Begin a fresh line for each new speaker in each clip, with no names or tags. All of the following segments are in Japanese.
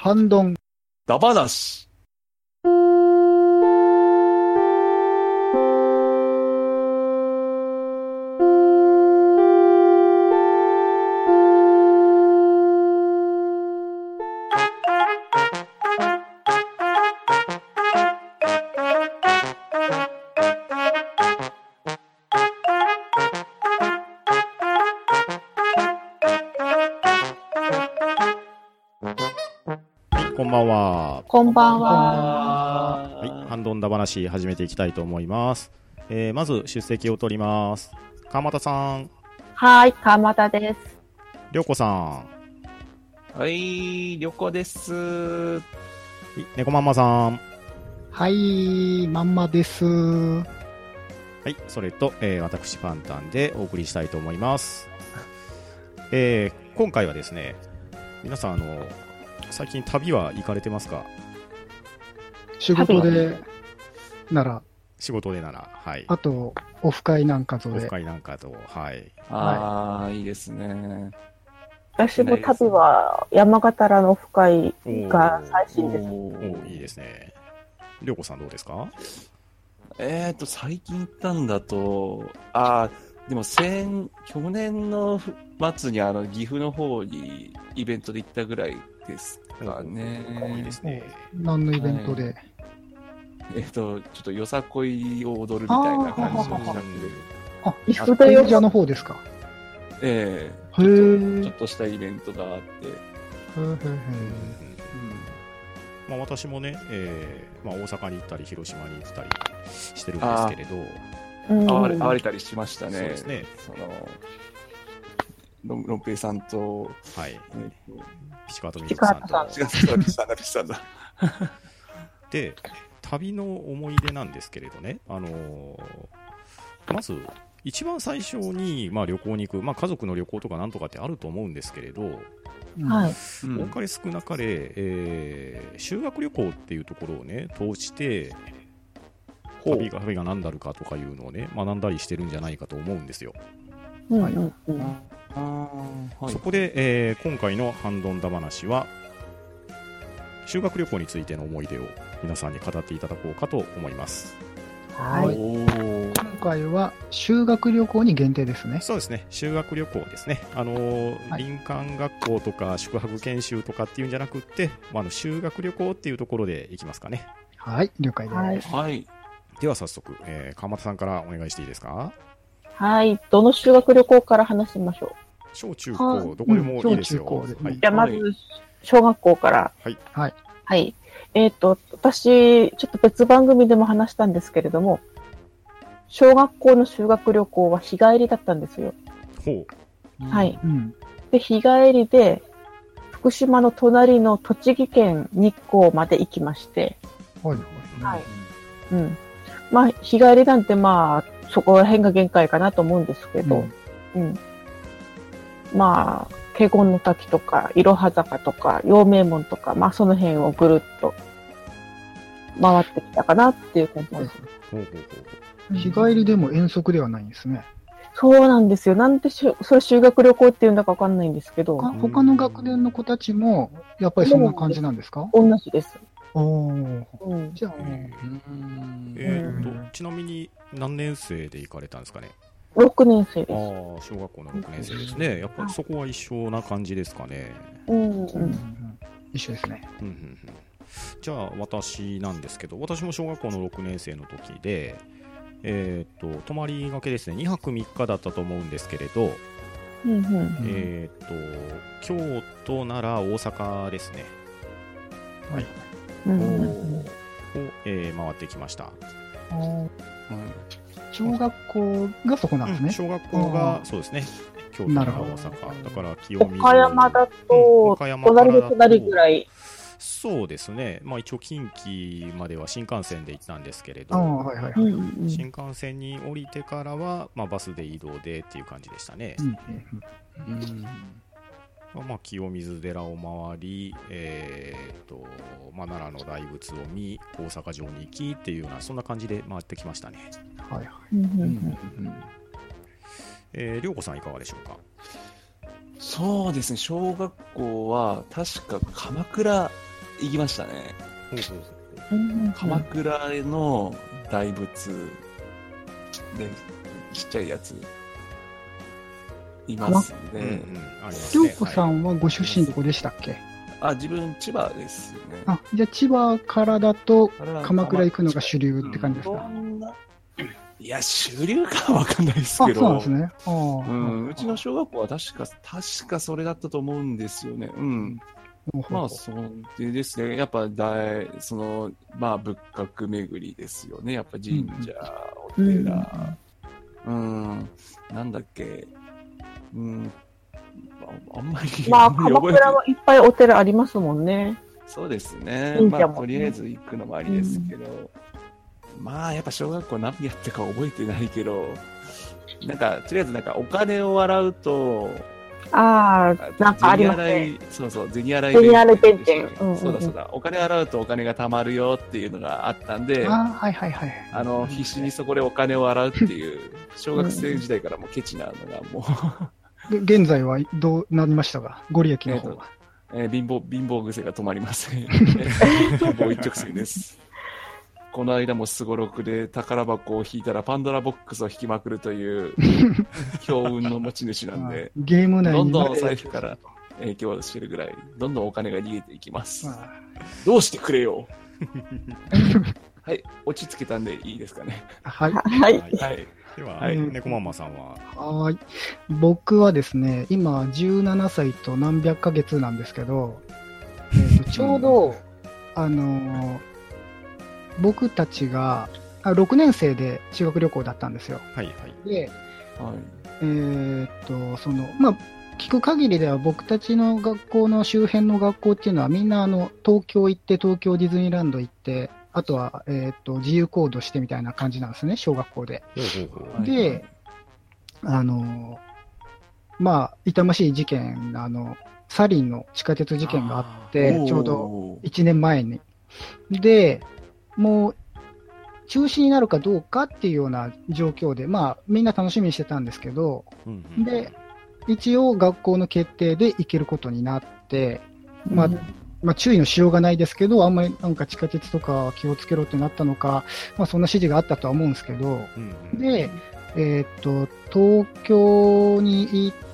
ハンドン、
ダバなし。
こんばんは。
こんばんは。
は、
はい。
ハンドンダ話始めていきたいと思います。えー、まず出席を取ります。鎌田さん、
はい、川田です。
りょうこさん、はい、
はい、旅行です。はい
猫まんまさん、は
はい、まんまです。
い、それと、えー、私パンタンでお送りしたいと思います。えー、今回はですね、皆さん、あの、最近旅は行かれてますか
仕事で、なら、
仕事でなら、はい。
あと、オフ会なんか
オ
ぞ
フ
で。
会なんかと、はい。
あー、いいですね。
私も旅は山形らのオフ会が最新で
お
す。
おーいいですね。りょうこさんどうですか
えーと、最近行ったんだと、あー、でも先、去年の末にあの、岐阜の方にイベントで行ったぐらいですか
おーいい
ね
で。すね。
何のイベントで。
えーと、ちょっとよさこいを踊るみたいな感じの企画で。
あ、
岐阜だ
神
よ。
社の方ですか。
え
へ
え
ー
ちょっとしたイベントがあって。
へーへーへ
うんまあ、私もね、えーまあ、大阪に行ったり広島に行ったりしてるんですけれど、
うん
会われ会われたりしましたね。
そうですね
そのロンロンペイさんと、
はい、
えっと
ピチカートミルクさん
ピチカー
違
ト
と
う、違うピチさんだ、ピチさんだ。
で旅の思い出なんですけれどね、あのーまず一番最初に、まあ、旅行に行く、まあ、家族の旅行とかなんとかってあると思うんですけれど、
ーうん
はい。
多かれ少なかれ、えー修学旅行っていうところをね通して
ほう
旅が旅が何だるかとかいうのをね学んだりしてるんじゃないかと思うんですよ。
うんうんうん
あーはい
そこで、えー今回のハンドンダ話は修学旅行についての思い出を皆さんに語っていただこうかと思います
は
はいい。
おー
今回は修学旅行に限定ですね。
そうですね修学旅行ですねあのー
はい
林間学校とか宿泊研修とかっていうんじゃなくって、まあ、あの修学旅行っていうところでいきますかね
はい、了解です。
はい。
はい。
では早速、えー、鎌田さんからお願いしていいですか
はい。どの修学旅行から話しましょう。
小中
は
高どこでもいいですよ、
うん小中高で
はい
じゃあ、まず、小学校から。
はい。
はい。
はい。えっ、と、私、ちょっと別番組でも話したんですけれども、小学校の修学旅行は日帰りだったんですよ。
ほ
はい。
うん。
で、日帰りで、福島の隣の栃木県日光まで行きまして、
はい。
はいうん。まあ、日帰りなんてまあ、そこら辺が限界かなと思うんですけど、うん。まあ、華厳の滝とか、いろは坂とか、陽明門とか、まあ、その辺をぐるっと回ってきたかなっていう感じです。
うほうほうほう
日帰りでも遠足ではないんですね。
そうなんですよ。なんでしゅ、それ修学旅行っていうんだかわかんないんですけど、
他他の学年の子たちも、やっぱりそんな感じなんですか
同じです。
おー。
うん。
じゃあ、
えー
うん
えーっと
う
ちなみに何年生で行かれたんですかね
6年生です。
ああ、小学校の6年生ですね。やっぱりそこは一緒な感じですかね。
うん、
う
うん。
うんん一緒ですね。
うんうんうんじゃあ、私なんですけど、私も小学校の6年生の時で、えーっと、泊まりがけですね、2泊3日だったと思うんですけれど、
うん、うん。
えーっと、京都、奈良、大阪ですね、
はい。
うん
おー
を、えー回ってきました。
あー
うん
小学校がそこなんです
うん
ね。
小学校
あ
が、
ー
そうですね、京都、
な
奈
るほ
良、大
ど
阪、だから清水
岡山だ
うん
と、
岡山からだ
隣
と
の隣ぐらい。
そうですね、まあ、一応近畿までは新幹線で行ったんですけれど、
ああ、はいはいはい。
う
うんん
うん
新幹線に降りてからは、まあ、バスで移動でっていう感じでしたね、
うん
まあまあ、清水寺を回り、えーっとまあ、奈良の大仏を見大阪城に行きっていうようなそんな感じで回ってきましたね
はいはい。
うんう
うんんうん
えー涼子、さんいかがでしょうか
そうですね、小学校は確か鎌倉行きましたね。
うん
鎌倉の大仏で、ちっちゃいやつ、いますんで、
うんうんあります
京
ね
子さ
はい
んはご出身どこでしたっけ、
あ、自分、千葉ですね。
あ、じゃあ千葉からだと
から
鎌倉行くのが主流って感じですか、
そんな、いや、主流かはわかんないです
あ、
け
そ
ど。
うなんですね。あー
うん、うちの小学校は確か、確かそれだったと思うんですよね。うん。
ほうほう
まあ、そうでですね。やっぱ大、その、まあ、仏閣巡りですよね。やっぱ神社、お寺、うん、なんだっけ、うん、ああんまり、
ま
あ
あ、
んまり
鎌
覚えて
倉はいっぱいお寺ありますもんね。
そうですね。
神
ま
社
あ、
も
とりあえず行くのもありですけど、まあ、やっぱ小学校何やったか覚えてないけど、なんか、とりあえずなんかお金を洗うと、
ああ、なんかありますね。
銭洗いそうそう、銭洗い
銭洗い弁天
でしたね
うんうんうん
そうだそうだ。お金洗うとお金が貯まるよっていうのがあったんで、あ
あーはいはいはい。
の、必死にそこでお金を洗うっていう、小学生時代からもうケチなのがも
で現在はどうなりましたかご利益の方は。
う、 えー貧乏、貧乏癖が止まりません。 貧乏一直線です。この間もすごろくで宝箱を引いたらパンドラボックスを引きまくると いう強運の持ち主なんで、
あーゲーム内
どん
に
どんお財布から影響してるぐらい、どんどんお金が逃げていきます。
あ
どうしてくれよはい、落ち着けたんでいいですかね。
ーはい。
はい。
はい。
で
は
は、
い
猫ママさんは、
はーい。僕はですね、今17歳と何百ヶ月なんですけど、えーとちょうど、あのー僕たちがあ6年生で修学旅行だったんですよ。
はいはい。
で、
はい。
えーっと、その、まあ、聞く限りでは僕たちの学校の周辺の学校っていうのはみんなあの東京行って東京ディズニーランド行ってあとは、えーっと自由行動してみたいな感じなんですね小学校で
ほうほうほ
はい
で、あのまあ痛ましい事件あのサリンの地下鉄事件があって
おー
ちょうど。1年前に。で、もう、中止になるかどうかっていうような状況で、まあ、みんな楽しみにしてたんですけど、
ううんうん。
で、一応学校の決定で行けることになって、まあ
うん、
まあ、注意のしようがないですけど、あんまりなんか地下鉄とか気をつけろってなったのか、まあ、そんな指示があったとは思うんですけど、
うんうん、
で、えーっと、東京に行って、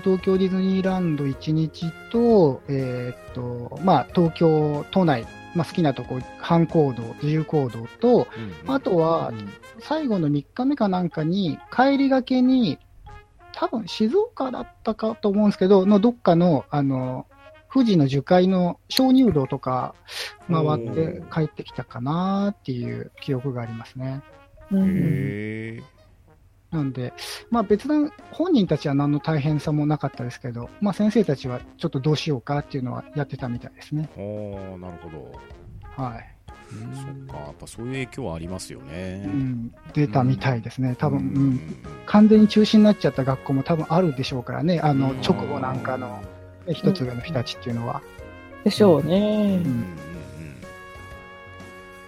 東京ディズニーランド1日と、えーっと、まあ、東京都内、まあ、好きなとこ、半行動、自由行動と、
うんうん
あとは、最後の3日目かなんかに、帰りがけに、多分静岡だったかと思うんですけど、のどっかの、あの、富士の樹海の鍾乳洞とか回って帰ってきたかなっていう記憶がありますね。
うん
へ
なんで、まあ、別段、本人たちは何の大変さもなかったですけど、まあ、先生たちはちょっとどうしようかっていうのはやってたみたいですね。
え。ああ、なるほど。
はい。
そっか、やっぱそういう影響はありますよね
う。ん、出たみたいですね。多分、う
うんんうんうん
完全に中止になっちゃった学校も多分あるでしょうからね、あの
うん
直後なんかの、ね一つ上の日立っていうのは。
でしょう
うんうん
ね
う。ん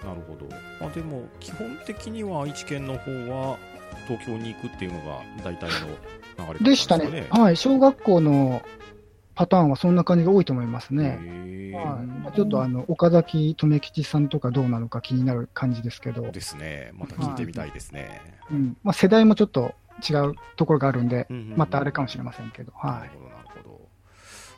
なるほど。まあでも、基本的には愛知県の方は、東京に行くっていうのが大体の流れ
でしたね、はい、小学校のパターンはそんな感じが多いと思いますね。
ね
はいまあちょっとあの岡崎留吉さんとかどうなのか気になる感じですけど、
ですね。また聞いてみたいですね。
うんまあ、世代もちょっと違うところがあるんで、
うんうんうん
またあれかもしれませんけど、は
ないる。ほど、なるほど。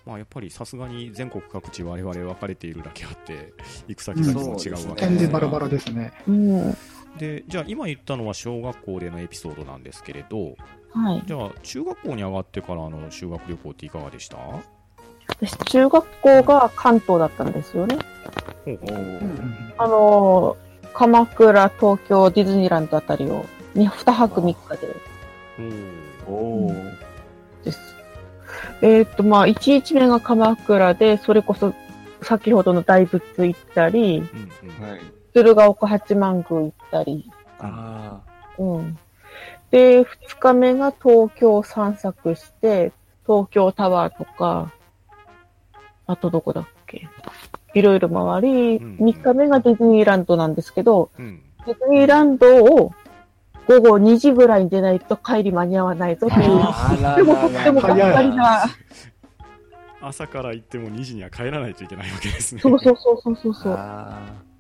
まあ、やっぱりさすがに全国各地、我々分かれているだけあって、行く先々も違うわけ
点でバラ
ら
バラですね。
うん。
でじゃあ今言ったのは小学校でのエピソードなんですけれど
はい。
じゃあ中学校に上がってからの修学旅行っていかがでしたほ
私、中学校が関東だったんですよね。
う
おー
あのー鎌倉、東京、ディズニーランドあたりを2泊3日で
お
おー
です。えーっと、まあ、1日目が鎌倉で、それこそ先ほどの大仏行ったり、
うんうん
はい。
鶴岡八幡宮行ったり、
あ
うん。で、2日目が東京散策して、東京タワーとか、あとどこだっけいろいろ回り、
うん
3日目がディズニーランドなんですけど、
うん
ディズニーランドを午後2時ぐらいに出 ないと帰り間に合わないぞという、
あ。あら
とてもとっても頑張りな
朝から行っても2時には帰らないといけないわけですね。
そうそうそうそうそうそう。
あ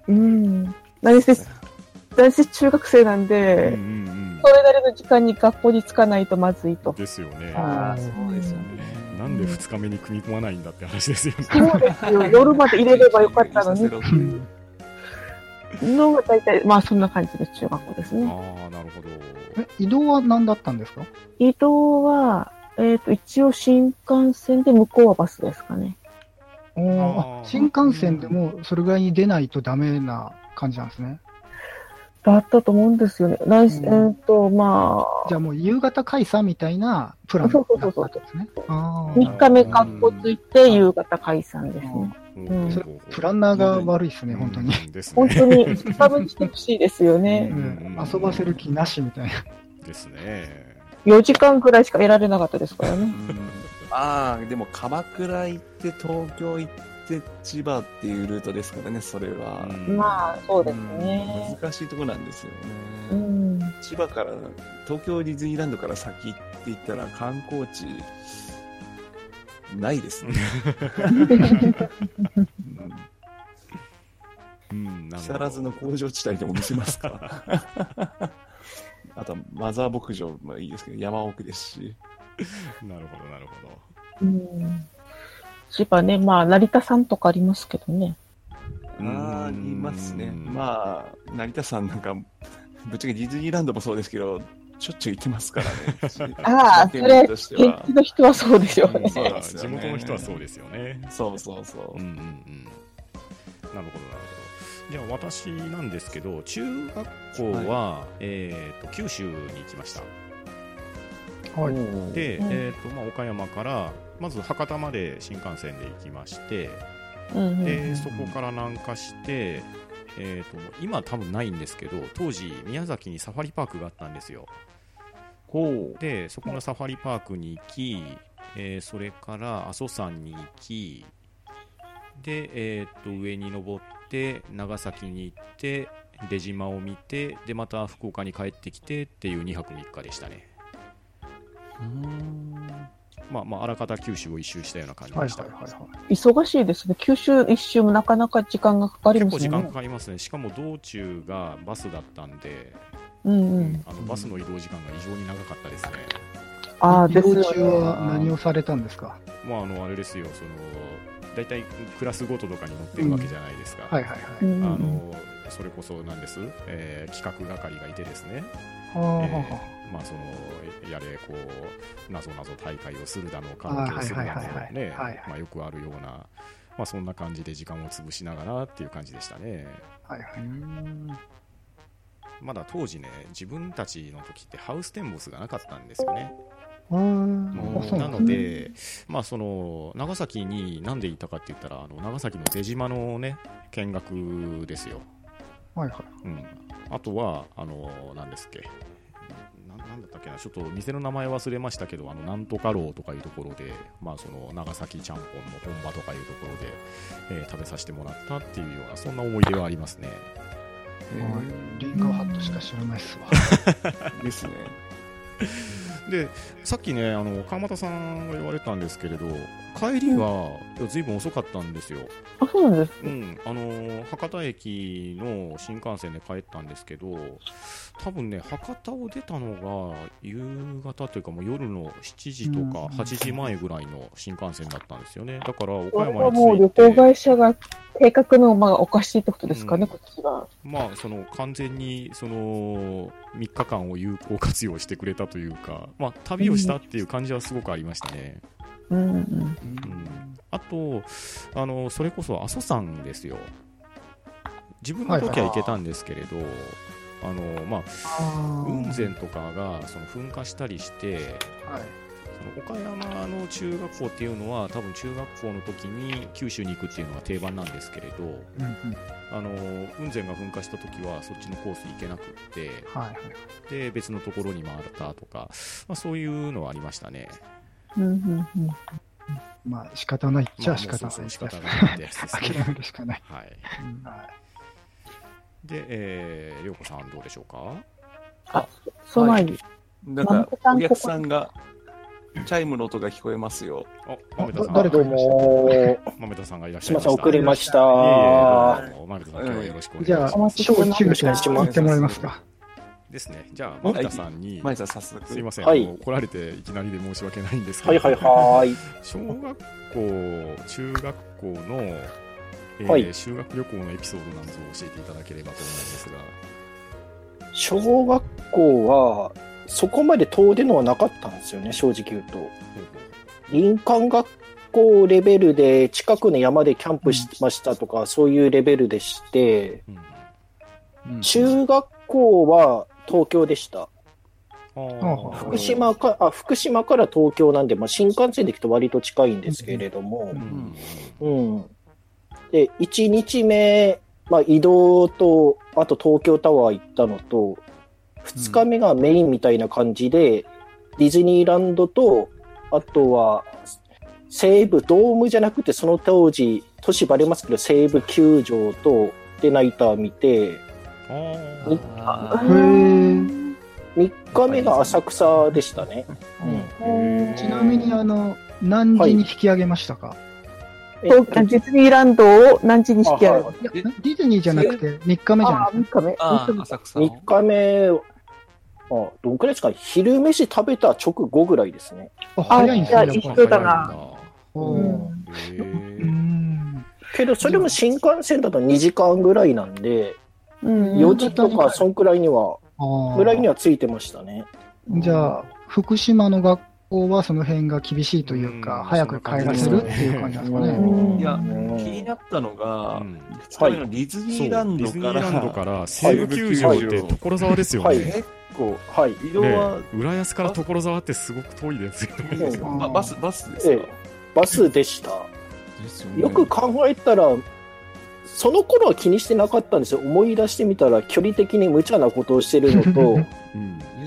うん。何せ、何せ中学生なん
うん
で、
うん
それなりの時間に学校に着かないとまずいと
うん。。ですよね
ー。あー、そうですよね。
なんで2日目に組み込まないんだって話ですよね。
そうですよ。夜まで入れればよかったのに。のが大体、まあそんな感じの中学校ですね。
ああ、なるほど。
え移動は何だったんですか
移動は、えっ、と、一応新幹線で向こうはバスですかね。
おー
あー
あ新幹線でもそれぐらいに出ないとダメな感じなんですね。
だったと思うんですよね。来
うん
えっ、と、ま
じゃあもう夕方解散みたいなプランだ
そう
っ
そ
た
うそ
ん
うそう
ですね。あー
あ、3日目学校着いて夕方解散ですね。ん
それプランナーが悪いですね、本当に。。
です
本当
ね。
に、深めにしてほしいですよね
う。ん
うん
遊ばせる気なしみたいな。
ですね。
4時間くらいしか得られなかったですからね。
ああ、でも鎌倉行って、東京行って、千葉っていうルートですからね、それは。
まあ、そうです
うん
ね。
難しいとこなんですよね。
うん。
千葉から、東京ディズニーランドから先って言ったら観光地、ないですね。うん
うん、
木
なるほど
更津の工場地帯でも見せますかあと、マザー牧場もいいですけど、山奥ですし。
なるほど、なるほど。
うん千葉ね、まあ、成田さんとかありますけどね。
ああ、いますね。
うん
まあ、成田さんなんか、ぶっちゃけディズニーランドもそうですけど、しょっちゅう行ってますからね。
ああ
千葉県民として
現
は
地の人はそうですよ
うん
ね。
そう
そ
だ
うです
地
よね
元の人はそうですよね。
そうそうそう
うん。うんうん。なるほど、なるほど。じゃあ、私なんですけど、中学校は、えっと、九州に行きました。
はい
で、
うん
えーとまあ、岡山からまず博多まで新幹線で行きまして、
うんうん
でそこから南下して、えー、と今多分ないんですけど当時宮崎にサファリパークがあったんですよ
ほう。
でそこのサファリパークに行き、えーそれから阿蘇山に行きで、えー、と上に登って長崎に行って出島を見てでまた福岡に帰ってきてっていう2泊3日でしたねまあまああらかた九州を一周したような感じ
はいは
で
い
した、
はいはい。
忙しいですね。九州一周もなかなか時間がかかり
結
ま
構
す
時
よ
間
ね
か。かりますね、しかも道中がバスだったんで、
うんうん。
あのバスの移動時間が異常に長かったですね、
ああ、
移
です
動
よ
中
ね。
は何をされたんですか
まあ、あのあれですよその、大体クラスごととかに乗ってるわけじゃないですか、
はいはいはい。
うん
あ
うん
のそれこそなんです、えー企画係がいてですね、
あー
え
は
ー
はは
まあ、そのえやれ、こう、なぞなぞ大会をするだのう、カ
あー
ラオケをするだ
はいはい
のう、
はい
ね
はいはい
まあよくあるような、まあ、そんな感じで時間を潰しながらっていう感じでしたね。
はいはい。
まだ当時ね、自分たちの時ってハウステンボスがなかったんですよね。
うーん。
もう
あそう
なんので、まあ、その長崎になんでいたかって言ったら、あの長崎の出島の、ね、見学ですよ、
はいはい。
うん、あとは、あのなんですっけな、なんだったっけな、ちょっと店の名前忘れましたけど、あのなんとか楼とかいうところで、まあ、その長崎ちゃんぽんの本場とかいうところで、えー食べさせてもらったっていうような、そんな思い出はありますね。
リンガーハットしか知らないっすわ。
ですね。
でさっきねあの川又さんが言われたんですけれど帰りがずいぶん遅かったんですよ、
あ、そうなんです。
うんあのー博多駅の新幹線で帰ったんですけど多分ね博多を出たのが夕方というかもう夜の7時とか
うん
8時前ぐらいの新幹線だったんですよねだから
こ
岡
れ
山
は
に着
もう旅
いて
行会社が計画の馬がおかしいってことですかね、
うん
こっちは。
まあその完全にその3日間を有効活用してくれたというか、まあ、旅をしたっていう感じはすごくありましたね。
うんうん。
んあとあの、それこそ阿蘇山ですよ、自分の時は行けたんですけれど、あのまあ、
あー
雲仙とかがその噴火したりして、
はい。
その岡山の中学校っていうのは、多分中学校の時に九州に行くっていうのが定番なんですけれど、
うんうん。
あの雲仙が噴火した時は、そっちのコース行けなくって、
はいはい。
で別のところに回ったとか、まあ、そういうのはありましたね。
うんうんうん。
まあ仕方ないっち
まあ
ゃ仕方
もう
ない
そうそう
で
仕
す。
方ないってやつですね。
諦めるしかない。
はい
はい
で、えー、りょうこさんどうでしょうか
あ、その前に。
なんか、
マ
お
ムタン
客さんが、チャイムの音が聞こえますよ。
お、豆田さん。
誰
どうも、
豆田さんがいらっし
す
ゃ
み
いま
ません、
した。
遅れました。
いえいえ
は
どうも豆田さん、今日はよろしくお願いし
じゃ
ます。
あ、小中小行ってもらえますか。
ですね。じゃあ、豆田さんに、
前田さん、早
すい
速。
ません、
はい
あの来られていきなりで申し訳ないんですけど、
いはいはい。
小学校、中学校の、えー
はい
修学旅行のエピソードなんぞを教えていただければと思うんですが、
小学校は、そこまで遠出のはなかったんですよね、正直言うと。林間学校レベルで、近くの山でキャンプしましたとか、そういうレベルでして、
うん、あ
うん
中学校は東京でした。
あ
ー
福島かあ福島から東京なんで、まあ、新幹線で行くと割と近いんですけれども
う、ん
うん、で1日目、まあ、移動とあと東京タワー行ったのと2日目がメインみたいな感じで、ディズニーランドとあとは西武ドームじゃなくてその当時年バレますけど西武球場とでナイター見て
あー
うん
あ
へー
3日目が浅草でしたね。うん
うん
ちなみに、あの、何時に引き上げましたか、
えっと
東ディズニーランドを何時に引き上げます
い、や、ディズニーじゃなくて、3日目じゃ
あ
な
あ、
いです
3日目。
あ
三日
ー、
目
浅草
3
の。
日目は、あどんくらいですかね、昼飯食べた直後ぐらいですね。
か。あ、早いんです
あ
ね、
じゃ
や
あ
っぱ
一緒だな
お
う
ー
ん
へ
う
ー
ん。
けど、それも新幹線だと2時間ぐらいなんで、
うん
4時とか、そんくらいには、
あー
ぐらいにはついてましたね。
じゃあ、福島の学校はその辺が厳しいという
うん
か、早く帰らせるっていう感じなんですかね。
うん
いや
うん
気になったのが、
うん
2日目のディズニーラン
デ
ド
ィズニ
か
ー
ら、
ランドから西武球場って所沢ですよね。
はい
結構、
はい。
移動
ね
は、
浦安から所沢ってすごく遠いですよね。
うん
まあバス、バスです
え
か、
えバスでした。
ですよね
よく考えたら、その頃は気にしてなかったんですよ。思い出してみたら、距離的に無茶なことをしてるのと、
うん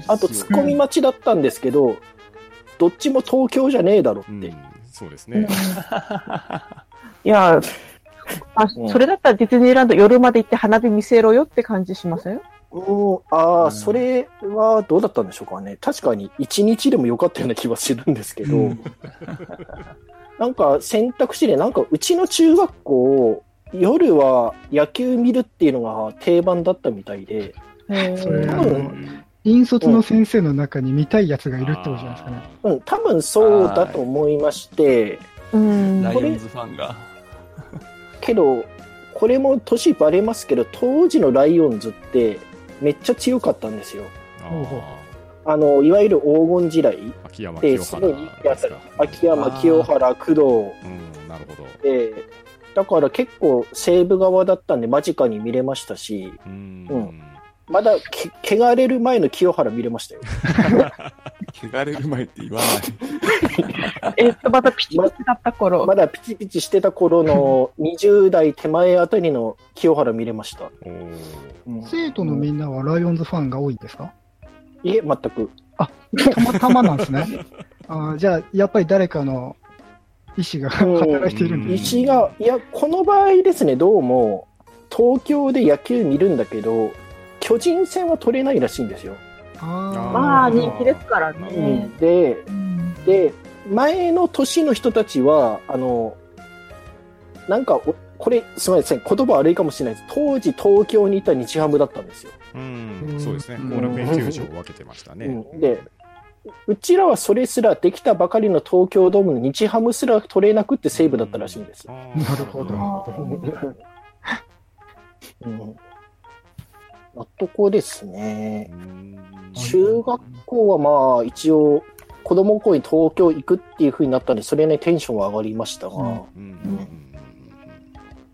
あと、
です
突
よ
っ込み待ちだったんですけど、どっちも東京じゃねえだろ
う
って。
んそうですね。
いや、あ
うん
それだったらディズニーランド夜まで行って花火見せろよって感じしません
おーああ、
うん
それはどうだったんでしょうかね。確かに一日でも良かったような気はするんですけど、 なんか選択肢で、なんかうちの中学校、夜は野球見るっていうのが定番だったみたいで、
へ
それ
多
ー
は
分、
引率の先生の中に見たいやつがいるってことじゃないですかね。
うん、多分そうだと思いまして、
うん
ライオンズファンが。
けど、これも年バレますけど、当時のライオンズってめっちゃ強かったんですよ。
あー
ほうほう
あの、いわゆる黄金時代
秋山
で
清
すごい
原
人気あ
で
った
すか。
秋山、清原、工藤、
うん、なるほど。
で、だから結構西部側だったんで間近に見れましたし、
うん。
うんまだけ汚れる前の清原見れましたよ。
汚れる前って言わない。
えっと、またピチピチだった頃。
まだピチピチしてた頃の 20代手前あたりの清原見れました。
おー
生徒のみんなはライオンズファンが多いんですか
いえ、全く。
たまたまなんですね。あーじゃあ、やっぱり誰かの意思が働いているん
うん
で
石が、いや、この場合ですね、どうも、東京で野球見るんだけど、巨人戦は取れないらしいんですよ。
あ
ま
あ
あ、人気ですから
う
ね。
で、
うん
で前の年の人たちはあのなんかおこれすみません言葉悪いかもしれないです当時東京にいた日ハムだったんですよ
うん、そうですね。
うん
後楽園球場を分けてましたね。
うんでうちらはそれすらできたばかりの東京ドームの日ハムすら取れなくって西武だったらしいんです
あ
よ、
ー
なるほど
あ
うん、納得ですね
うん
中学校はまあ一応子供の頃に東京行くっていうふうになったんでそれねテンションは上がりましたが、
うん
うんうんうん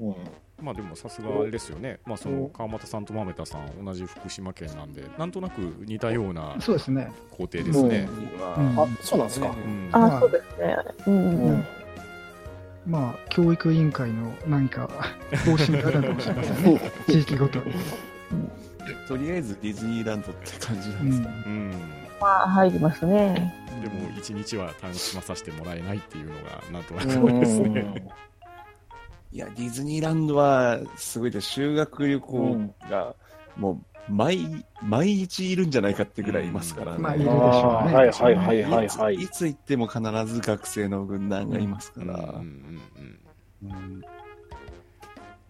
うん
うん
まあでもさすがあれですよね、まあ、その川又さんと豆田さん、同じ福島県なんで、なんとなく似たような
そうですね。
工程ですね。
うん
あそうなんですか、
うん
ま
あ
あ、
そうですね。うん
うん
まあ、教育委員会の何か方針があるのかもしれませんね。地域ごとに。
とりあえずディズニーランドって感じな
うん
です
ん
ね。
うん
まあ、入りますね。
でも、一日は楽しまさせてもらえないっていうのが、なんとな
う
くですね。
ん
いや、ディズニーランドはすごいです。修学旅行がもう毎、毎日いるんじゃないかってぐらいいますからね。
まあいるでし
ああ
ょうね。
はいはいはいはいはい
いつ行っても必ず学生の軍団がいますか
うんうん
ら。
うん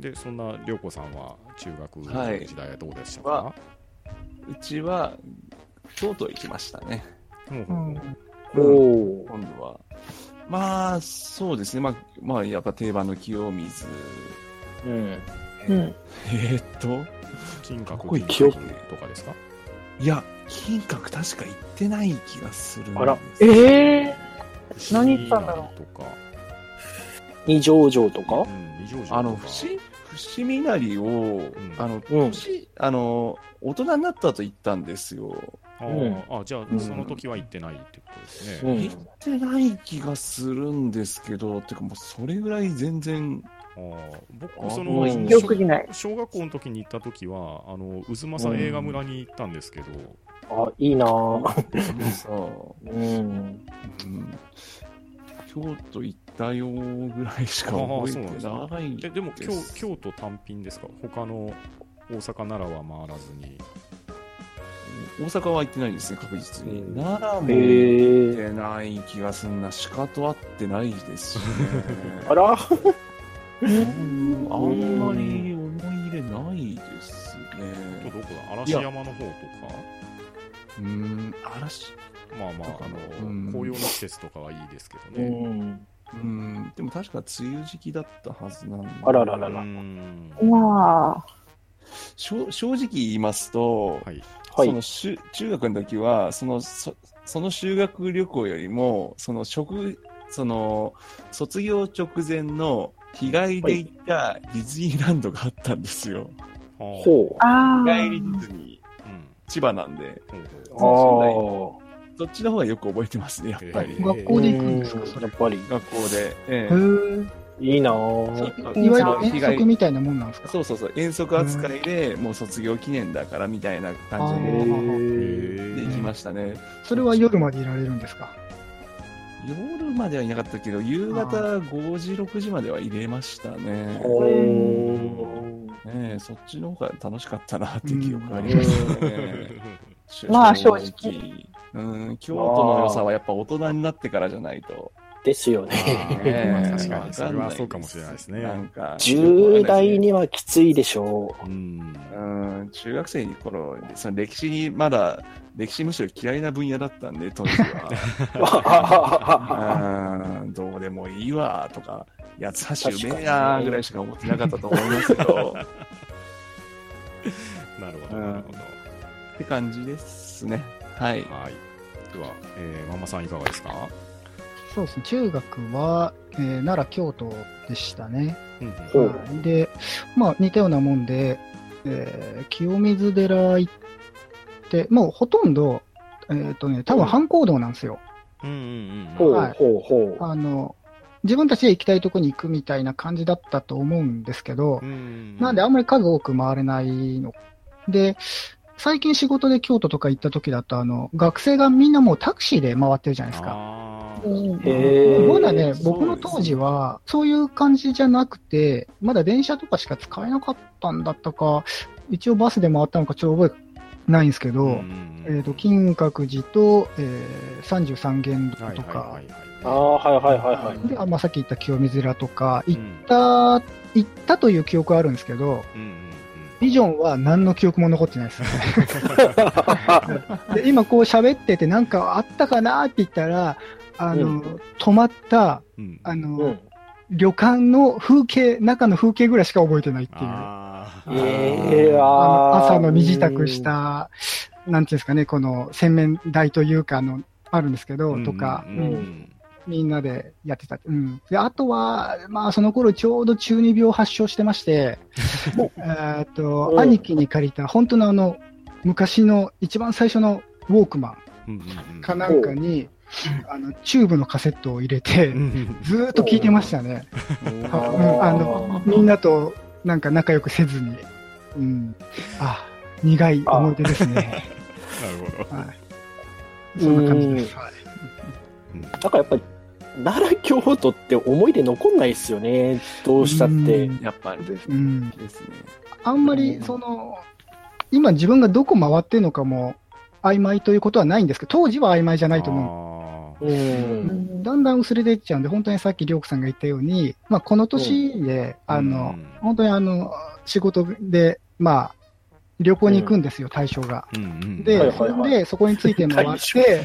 でそんな涼子さんは中学
はい
時代はどうでしたか、
はうちは、京都行きましたね。
うん
う
うんん
おおー。
今度は。まあ、そうですね。まあ、まあ、やっぱ定番の清水。
うん。
うん。
えーっと、
金
こ
閣
こ
銀
行
きよ
閣姫とかですか
いや、金閣確か行ってない気がするんです。
あら
ええ何言ったんだろ
うとか、
二条城と
う
か
ん、二条城とか
あの、伏、伏見なりを、
ん
あの、
うん
年あの、大人になったと言ったんですよ。
あ
う
ーあじゃ
ん
あその時は行ってないってことです
う
ね、
行っ
ん。
てない気がするんですけど、てかもうそれぐらい全然、
ああ
あ
僕その
もう
記憶にない。
小学校の時に行った時はあの渦政映画村に行ったんですけど、
あ、いいなぁ。
さ、う
うん。
ん、京都行ったよぐらいしか覚えてない
えでも京
です
京都単品ですか他の大阪奈良は回らずに
大阪は行ってないですね、確実に。
うん
奈良も行
へ
っ
え。、
てない気がすんな、鹿と会ってないですし、ね
あら
うんあんまり思い入れないです
あと
ね。
どこだ嵐山の方とか
うん、嵐
まあまああの、
うん
紅葉の季節とかはいいですけど
う
ね、
ん。
うん、でも確か梅雨時期だったはずなんで。
あらら
う
らら。
ん
まあ、
しょ正直言いますと、
はい
は
その
い。
しゅ中学の時はそのそ、その修学旅行よりも、その職、その、卒業直前の日帰りで行ったディズニーランドがあったんですよ。
ほ
ほ
ああ。
日帰りディズニー、
うん
千葉なんで、
ほうほう
う。ああ。
そっちの方がよく覚えてますね、やっぱり。
えー
学校で行くんです
う
か、
ん
そ
や
れ
っ。ぱり。
学校で。ええ
へ
いいなぁ。
そう
え。いわゆる
日
遠
帰り
足みたいなもんなんですか
そうそうそう、遠足扱いで、もう卒業記念だからみたいな感
へ
じ
あ
で
え。
で行
へ
きましたね。
それは夜までいられるんですか
夜まではいなかったけど、夕方5時、6時までは入れましたね。
ほ
うん
う。
ねえそっちの方が楽しかったなって
うん
記憶がありますね。
ー
し
まあ正。
うん、京都の良さはやっぱ大人になってからじゃないと。
ですよ
あ
ね。
ーまあ確か
わんない
にそれはそうかもしれないですね
なんか。
重大にはきついでし ょ
うん
うん、中学生の頃、その歴史にまだ、歴史むしろ嫌いな分野だったんで、当時 は。
う。わははは
あーどうでもいいわとか、八つ橋うめえなぐらいしか思ってなかったと思いますけど、
なるほど
うん
なるほど
って感じですね。はい。
はい。では、えー、ママさんいかがですか。
そうですね、中学は、えー奈良、京都でしたね。
うん
ほう
はいで、まあ、似たようなもんで、えー清水寺行って、もうほとんど、えっ、とね、多分半行動なんですよ。
うんうん
ほう
はい
ほうほ
あの、自分たちで行きたいとこに行くみたいな感じだったと思うんですけど
う、ん
なんであ
あ
んまり数多く回れないの。で、最近仕事で京都とか行った時だと、あの、学生がみんなもうタクシーで回ってるじゃないですか。
あ
う
ー
ん
う。へえ。
まだね
そうです、
僕の当時は、そういう感じじゃなくて、まだ電車とかしか使えなかったんだったか、一応バスで回ったのかちょっと覚えないんですけど、
うん
えっ、と、金閣寺と、えー、33元
はい
とか、
はいはいはい
ああ、はいはいはいはい。
で、あまあ、さっき言った清水寺とか、
う
行っ
ん
た、行ったという記憶はあるんですけど、
うんうん
ビジョンは何の記憶も残ってないです ね。で今こう喋ってて、なんかあったかなって言ったら、あの、
う
止まった、
うんうん
あの、
うん。
旅館の風景、中の風景ぐらいしか覚えてないっていう。あ
あー
ええ
の
あー
朝の身支度し。た、なんていうんですかね、この洗面台というか、あの、あるんですけど、とか、
うんうんう
うん
ん
みんなでやってた。うん。で、あとは、まあ、その頃ちょうど中二病発症してまして、えーっと、
うん
兄貴に借りた、本当のあの、昔の一番最初のウォークマ
うん
ンかなんかに、あの、チューブのカセットを入れて
う、ん
ずーっと聞いてましたね。
うん
あ うんあの、みんなとなんか仲良くせずに、うん、あ、苦い思い出です ね。
なるほど
はい、そんな感じです。はい
だからやっぱり、奈良京都って思い出残んないですよね。どうしたっ
う
て。
ん
やっぱりです
うん、
ですね。
あんまり、その、今自分がどこ回ってるのかも曖昧ということはないんですけど、当時は曖昧じゃないと思う。
思
う。
うんん
だんだん薄れていっちゃうんで、本当にさっきりょうくさんが言ったように、まあ、この年で、あの、本当にあの、仕事で、まあ、旅行に行くんですよ、対象が。
うんうん、
で、
はいはいはい
で、そこについて回っ
大
て、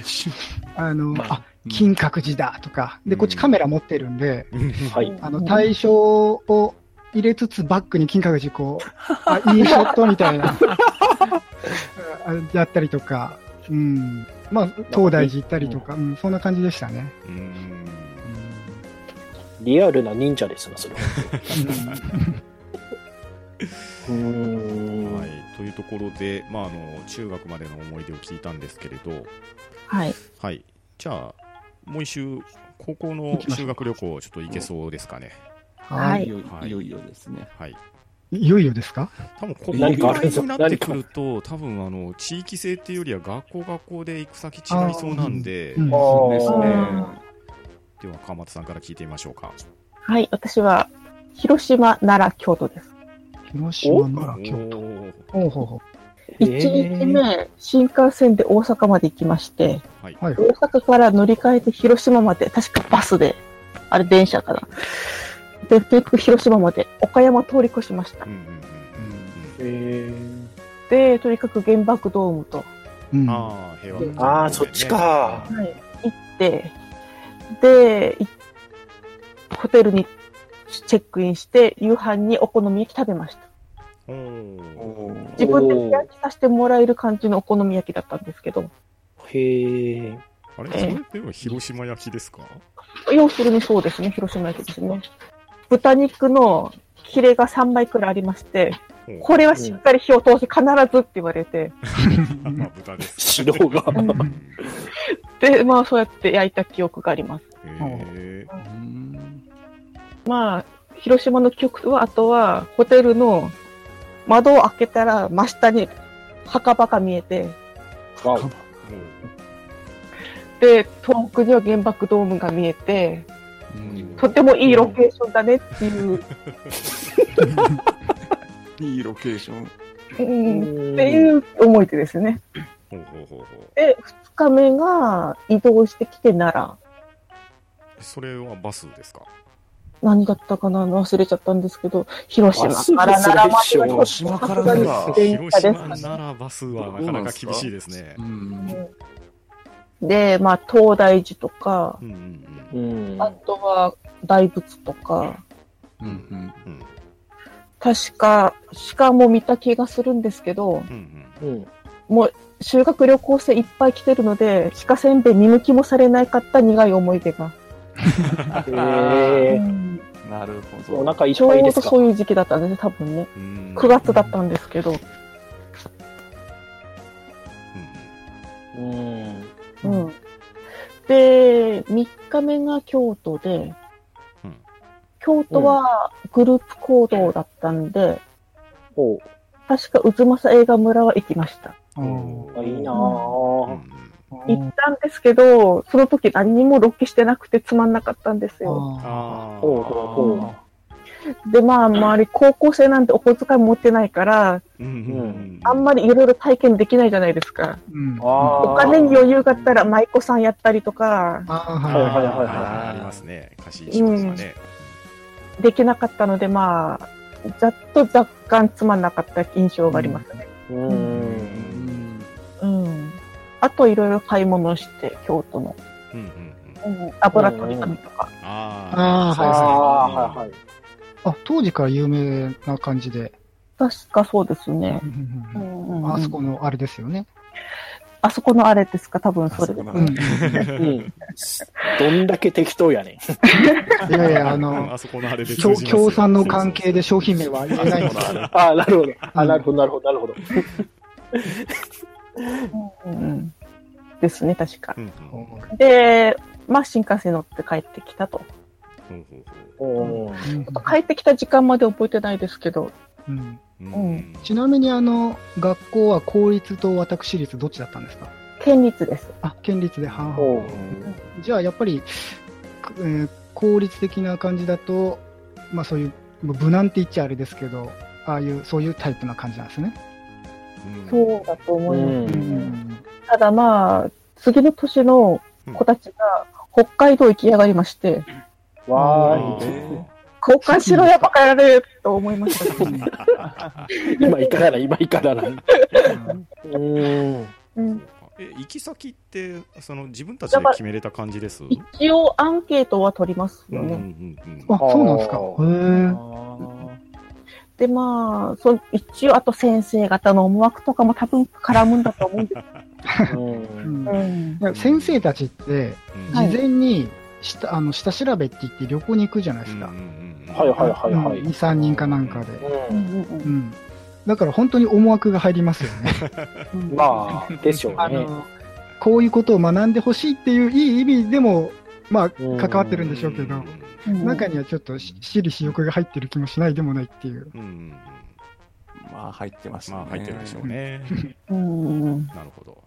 あの、
まあ
あ、金閣寺だとか、で、こっちカメラ持ってるんで、
はい。
あの、対象を入れつつバックに金閣寺こう、あ、いいショットみたいな、 あやったりとか、うん。まあ、東大寺行ったりとか、うん、そんな感じでしたね。
うん
リアルな忍者ですな、それは。
うん
うん
はい、というところで、まあ、あの中学までの思い出を聞いたんですけれど、
はい。
はい、じゃあ、もう一周、高校の修学旅行、ちょっと行けそうですかね。
は。
はいい
いよいよいよですね。
はい、
いよいよですか
多分ここぐらい
何かあるぞ
になってくると、多分あの地域性っていうよりは、学校、学校で行く先違いそうなんで、
うん
あ
そう
ー
ですね。
では、川又さんから聞いてみましょうか。
はい。私は、広島、奈良、京都です。
広島なら
お
京都。
ー
ほうほうほ
え
1日
ー
目、新幹線で大阪まで行きまして、
はい、
う。はい。
大阪から乗り換えて広島まで、確かバスで、あれ電車かな。で、結局広島まで、岡山通り越しました
うん。うんうん
え
で、とにかく原爆ドームと、
うん。
ああ、平和
ーああ、そっちか。
行って、で、いホテルにチェックインして、夕飯にお好み焼き食べました。
おー
お
自分で焼きさせてもらえる感じのお好み焼きだったんですけど、
へえ。
あれ、
え
そ
え
れでは広島焼きですか
要するにそうですね、広島焼きですね。豚肉のヒレが3枚くらいありまして、
お
これはしっかり火を通して必ずって言われて、
あまあ、豚です。
指導が。
うん
で、まあそうやって焼いた記憶があります。
へえ
うん
まあ、広島の記憶とあとは、ホテルの窓を開けたら真下に墓場が見えて、
わ
か
で、遠くには原爆ドームが見えて、
うん
とてもいいロケーションだねっていう、
いいロケーション。
うん、
お
っていう思い出ですね。
ほうほうほうほう
で、2日目が移動してきて奈良。
それはバスですか
何だったかな忘れちゃったんですけど、広島から
忘れ
奈良までは
広
島か
さ
ら
すがに
奈良
電
広
車で
島
す
ならバスはなかなか厳しいですね。
うん
で、まあ、東大寺とか、
うんうん
うん。
あとは大仏とか、
うんうん
うんうん
確か鹿も見た気がするんですけど、
うん
うん。
もう修学旅行生いっぱい来てるので、鹿せんべい見向きもされなかった苦い思い出が。
へえ。
なるほど。
お腹いっ
ちょ
ぱいで
う
す
ど
か
そういう時期だったんですね、多分ね。
うん
9月だったんですけど。
うん。
うん。で、3日目が京都で、
うん
京都はグループ行動だったんで、
おう
確か渦政映画村は行きました。
うんうん
お
あいいな
うんう
ぁ。
ん
ー
行ったんですけど、その時何にもロケしてなくてつまんなかったんですよ。
あ
あー
ほうほうほ
で、まあ、周り高校生なんてお小遣い持ってないから、
うんうんうん
あんまりいろいろ体験できないじゃないですか。
ーうん
あー
お金に余裕があったら舞妓さんやったりとか、
あ
あ
ー
ー
はい。
はいはいはい
あーありますね。貸し石ですかね。
できなかったので、まあ、ざっと若干つまんなかった印象がありますね。
う。
うん
うん
うん。あといろいろ買い物して、京都の。
うんうんうん
油取り紙とか。
あ
あー
ああ、はいはい。
あ、当時から有名な感じで。
確かそうですね。
うんうん
んう
うんあそこのあれですよね。
あそこのあれですか、多分それです。
うん。
うん。どんだけ適当やね
いやいや、あの、
あそこのあれで通
共
じますよ
共産の関係で商品名は言えないんですけど。
ん。 ああ、なるほど。あなるほど、なるほど、なるほど。
うんうんですね、確か
う。んうんほうほ
で、まあ、新幹線乗って帰ってきたと。
うほ
おー
帰ってきた時間まで覚えてないですけど、
うん
ううん
うん
ちなみに、あの、学校は公立と私立どっちだったんですか
県立です。
あ、県立で半々。
お
う
うん
じゃあ、やっぱり、えー効率的な感じだと、まあそういう、無難って言っちゃあれですけど、ああいう、そういうタイプな感じなんですね。
うん
そうだと思います。
うん
ただまあ、次の年の子たちが北海道行き上がりまして、
わ
あ
ーい。
ー
交換しろやバカ野郎と思いましたけどね。
今いかがな、今いかがな。うん。
うん
え行き先ってその自分たちで決めれた感じですうん
一応アンケートは取りますよ
うんう
ね。
んうん
あ、そうなんですか。
あ
へ
でまあ、そう一応あと先生方の思惑とかも多分絡むんだと思うんです
え。
うん
うんいや先生たちって、
うん
事前に下,、あの下調べって言って旅行に行くじゃないですか。
うんうんうん
はいはいはいはい。
2、3人かなんかで。
う
うん
んうん
う。ん。だから本当に思惑が入りますよね。
うん
まあ、でしょう
あ
ね。
の、こういうことを学んでほしいっていういい意味でも、まあ、
うん
関わってるんでしょうけど、
うん
中にはちょっとし私利私欲が入ってる気もしないでもないっていう。
うんうんうん
まあ入ってますね。
まあ入ってるでしょう ね
うん
なるほど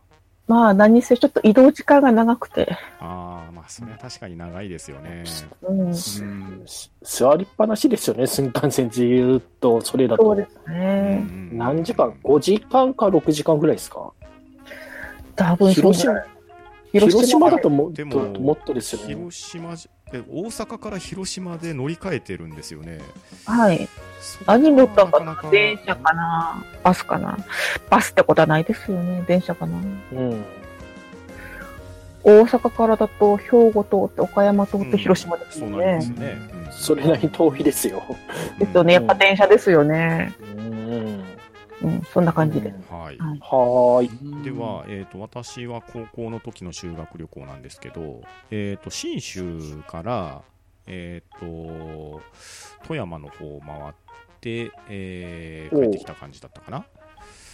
まあ、何せちょっと移動時間が長くて。
ああまあそれは確かに長いですよね
うん、そ
うん
す座りっぱなしですよね、新幹線ずーっと、それだと
う。です
う
ね。
んうん
何時間 ?5 時間か6時間ぐらいですか
多分そう
広
じゃな
島
い、
広島だ
広
ともっ
で
と
も
もっとですよね。
広島じえ大阪から広島で乗り換えてるんですよね
島はい。
そこは
何乗ったのか
な
な
か
電車かなバスかなバスってことはないですよね。電車かな
うん。
大阪からだと兵庫通って岡山通って広島です
そ
よ
う
ね。
なりますねうん
それなりに遠いですよ。
ですよね。やっぱ電車ですよね。
うん。
うん、そんな感じで。
はい
はい
はーい。
では、えー、と私は高校の時の修学旅行なんですけど、えー、と信州から、えー、と富山の方を回って、えー
おう
帰ってきた感じだったかな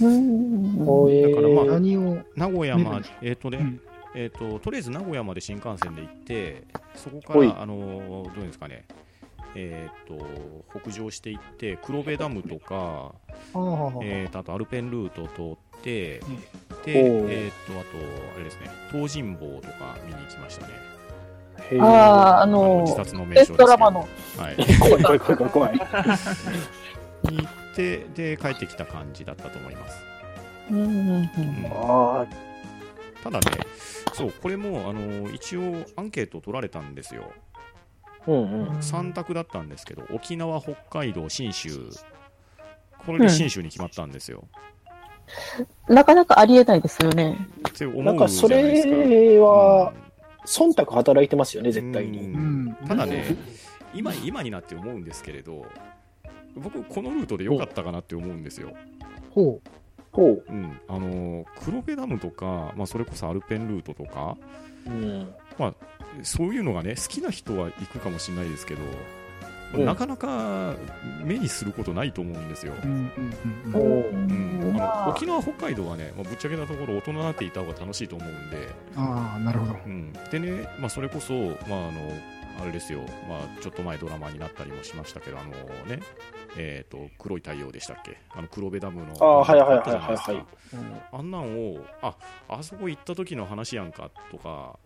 うん。
ほえ
だからまあ
ー
何を、
名古屋
ね
まで、えーとね
うん
えー、ととりあえず名古屋まで新幹線で行ってそこか
ほい
らあのーどういうんですかねえー、と北上していって黒部ダムとか、
ああ、
えー、とあとアルペンルートを通って、
ん
で、
おう
えー、とあとあれですね東尋坊とか見に行きましたね
へー
ああ、あ
あの
の
自、殺の名
テ
称
ストラマの。
はい、
怖い怖い怖い怖い怖い。
に行ってで帰ってきた感じだったと思います、
うんうんうん
うん
あ
ただねそうこれもあの一応アンケート取られたんですよ
あ、うんうん。
3択だったんですけど沖縄北海道信州これで信州に決まったんですよ、
なかなかありえないですよね。
って思
なん
う
か
じゃ
そ
ないですか
れは、
うん
忖度働いてますよね、絶対
う
に。
ん
うん
ただね今今になって思うんですけれど僕このルートで良かったかなって思うんですよ
ほう。
ほう。
うん、あのー黒部ダムとか、まあ、それこそアルペンルートとか
うん。
そういうのがね好きな人は行くかもしれないですけど、
うん
なかなか目にすることないと思うんですよ、
うんうんうん
ほ
うん。
う
うんあの
まあ
沖縄北海道はね、まあ、ぶっちゃけたところ大人になっていた方が楽しいと思うんで、
ああ、なるほど。
うん、でね、まあ、それこそ、まあ、あのあれですよ、まあ、ちょっと前ドラマになったりもしましたけどあのねえー、と黒い太陽でしたっけあの黒部ダムの
あーはいはいはいは
あっ
いはい
たじゃなですか
うん
あんなんをああそこ行った時の話やんかとか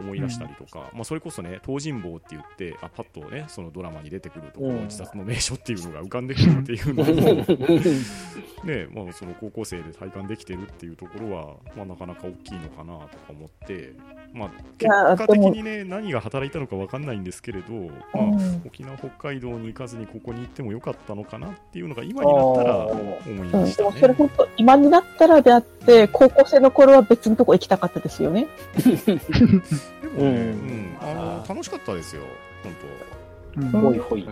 思い出したりとか、まあ、それこそね東尋坊って言ってあパッとねそのドラマに出てくるところ
うん
自殺の名所っていうのが浮かんでくるっていうのを ねまあ、その高校生で体感できてるっていうところは、まあ、なかなか大きいのかなとか思って、まあ、結
や
果的にね何が働いたのか分かんないんですけれど、
う
まあ、
ん
沖縄北海道に行かずにここに行ってもよかったのかなっていうのが今になったら思いま
うん
した
でもそれ
ね。
本当、今になったらであって、高校生の頃は別のとこ行きたかったですよね。
でもね、
うん
うんあの楽しかったですよ、本
うん
ほいほい。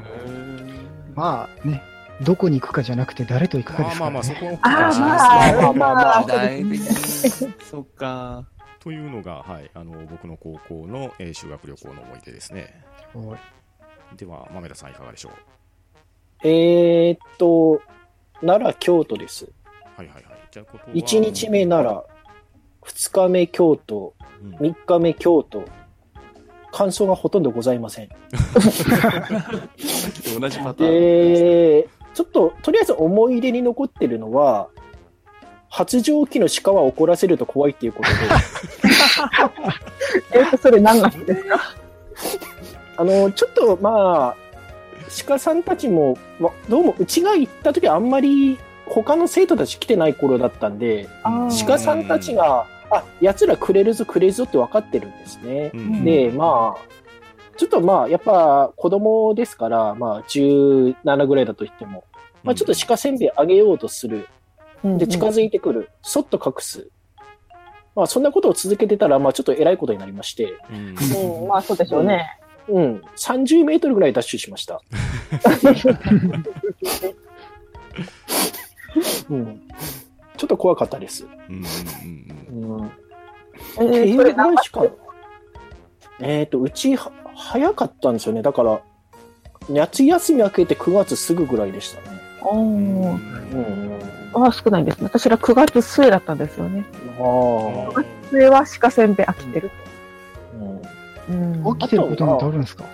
まあね、どこに行くかじゃなくて誰と行く
当。
かで
まあ
す
ま
か
あ
ら、ね。
まあ、そこは大きい
あ
話で
あ、
す
ま
ま
あ
あ
ま
ま
あ
あ
まあそ
まあ、
う
大
で
的
すね
に。そっか。
というのが、はい、あの僕の高校の、えー修学旅行の思い出ですね。
おい
では、豆田さん、いかがでしょう。
えーっと、奈良、京都です。
はいはいはい。じゃあことは
1日目奈良、2日目京都、
うん
3日目京都。感想がほとんどございません。
同じパターン。
で、ちょっと、とりあえず思い出に残ってるのは、発情期の鹿は怒らせると怖いっていうことで、
えっと、それ何月ですか
あの、ちょっとまあ、鹿さんたちも、まどうも、うちが行った時はあんまり他の生徒たち来てない頃だったんで、
あー
鹿さんたちが、あ、やつらくれるぞくれるぞって分かってるんですね。
うん
で、まあ、ちょっとまあ、やっぱ子供ですから、まあ、17ぐらいだと言っても、まあ、ちょっと鹿せんべいあげようとする。
うん
で、近づいてくる。そっと隠す。まあ、そんなことを続けてたら、まあ、ちょっと偉いことになりまして、
うん
うん、まあそうでしょうね。
うん、30メートルぐらいダッシュしま した。うん、ちょっと怖かったです。
うん
う、ん、
え
え
ー
ー、
そ
ぐ
れ
ら
ない
しか。えっ、と、うちは、早かったんですよね。だから、夏休み明けて9月すぐぐらいでしたね。
おー
うんうん、
あ少ないですね。私ら9月末だったんですよね。
ああ、
末は鹿せんべい飽きてる。
うん
うん、
起きてることなんてあるんですか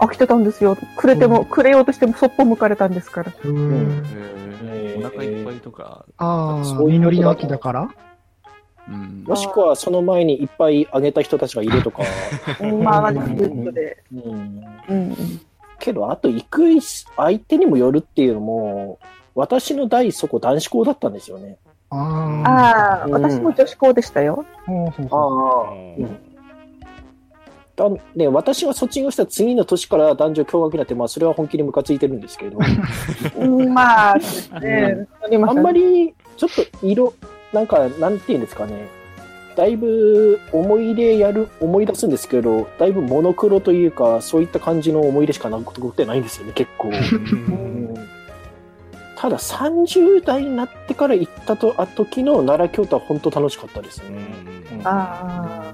飽きてたんですよ。くれても、
うん
くれようとしてもそっぽ向かれたんですから。
うーん
えーお腹いっぱいとか、
あ
そうい
あ、
うことだ
実りの秋だから
うん
もしくはその前にいっぱいあげた人たちがいると か。
うんまあ、なんかずっとで。
うん
うん。
けど、あと行く相手にもよるっていうのも、私の第一そこ男子校だったんですよね。
ああ。
ああ、
うん
私も女子校でしたよ。
ほうほうほう
ああ。ね、私が卒業した次の年から男女共学になって、まあ、それは本気にムカついてるんですけど、
うん、まあ、そうですね。
あんま
り、
り、ちょっと色、なんか、なんていうんですかね、だいぶ思い出やる、思い出すんですけど、だいぶモノクロというか、そういった感じの思い出しか残ってないんですよね、結構。うんただ30代になってから行ったとあ時の奈良京都は本当楽しかったですね、
うん
あ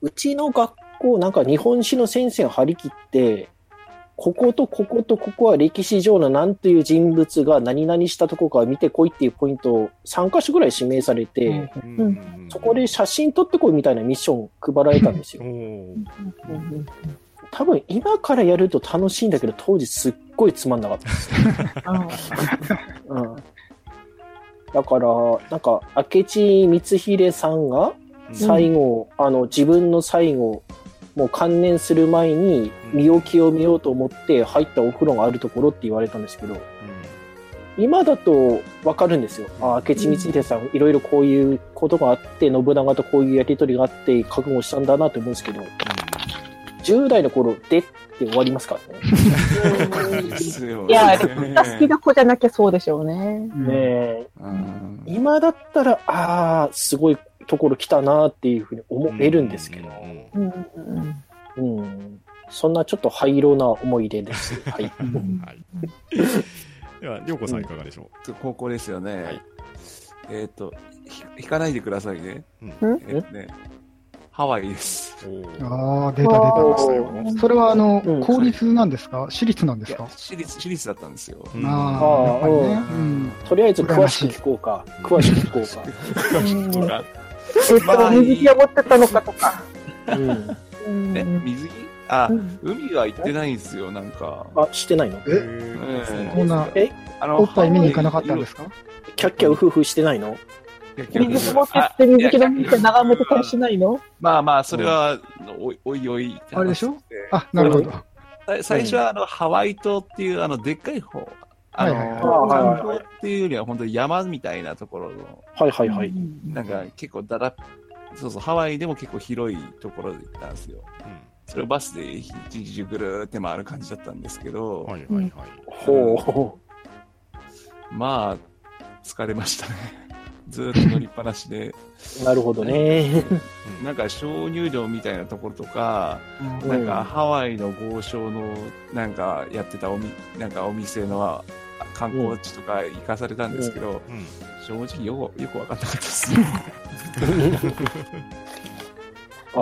うちの学校なんか日本史の先生を張り切ってこことこことここは歴史上の何という人物が何々したとこから見てこいっていうポイントを3か所ぐらい指名されて、
うん
うん
そこで写真撮ってこいみたいなミッション配られたんです
お
よ
ー
あ。うん
多分今からやると楽しいんだけど当時すっごいつまんなかったです
あ
うんだから、なんか、明智光秀さんが最後、あの、自分の最後、もう観念する前に
うん
身を清めようと思って入ったお風呂があるところって言われたんですけど、今だとわかるんですよ。あ明智光秀さん、いろいろこういうことがあって、信長とこういうやりとりがあって、覚悟したんだなと思うんですけど、10代の頃、でって終わりますからね。
ですよね
いや、好きな子じゃなきゃそうでしょうね。
うん
ねえ
うん
今だったら、ああ、すごいところ来たなっていうふうに思えるんですけど、
うんうん
うん、そんなちょっと灰色な思い出です。はい。
うん
はい。では、りょうこさんいかがでしょ
高校ですよね。
はい
えっ、と、ひ引かないでくださいね。
うん
えっとね、ハワイです。
う。おー
ああ、出た出た。
うん
それはあの、
うん
公立なんですか私立なんで
い
す
や
か、
私立、私立だったんですよ。
うん
ああ、やっ
あ
ぱ
ー
りね。
う
うんん。
とりあえず詳しく聞こうか。詳しく聞こう
うん
とか、
えっと、水着を持ってったのかとか。
か。うん、
うん
ね、水着あ
う、ん
海は行ってないんですよ、なんか。
あ、してないの
へー
うん
こんな
え、
あの
おっぱい見に行かなかったんですか
キャッキャウフフしてないの
水着持ってって水着の見て眺めてたりしないの
まあまあ、それは、おいおいおいって話て。
あれでしょあ、なるほど。
さ最初はあのハワイ島っていうあのでっかい方、あの
はいはい
はい
観光っていうよりは本当に山みたいなところの、
はいはいはい。
なんか結構だら、そうそう、ハワイでも結構広いところで行ったんですよ。それをバスで一日ぐるーって回る感じだったんですけど、
うんはいはいはい。
ほ
まあ、疲れましたね。ずーっと乗りっぱなしで、
う。なるほどね。
なんか鍾乳洞みたいなところとか、
うん
なんかハワイの豪商のなんかやってたおみなんかお店のあ観光地とか行かされたんですけど、
うん
正直よくよく分かんなかったです ね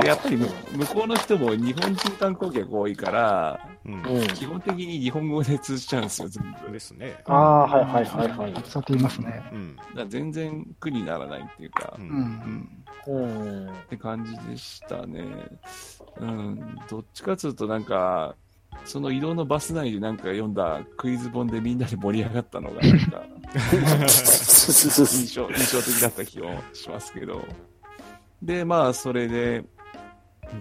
でやっぱりむ向こうの人も日本人観光客多いから
うん
うん。
基本的に日本語で通じちゃうんですよ全部
で
だ
すね。
ああ、はいはいはいはい。
そうやって言いますね。
うん。
から全然苦にならないっていうか
う、
うん。
うんん
うん。
って感じでしたねうんどっちかというとなんかその移動のバス内でなんか読んだクイズ本でみんなで盛り上がったのがなんか 印象印象的だった気もしますけど。で、まあ、それで、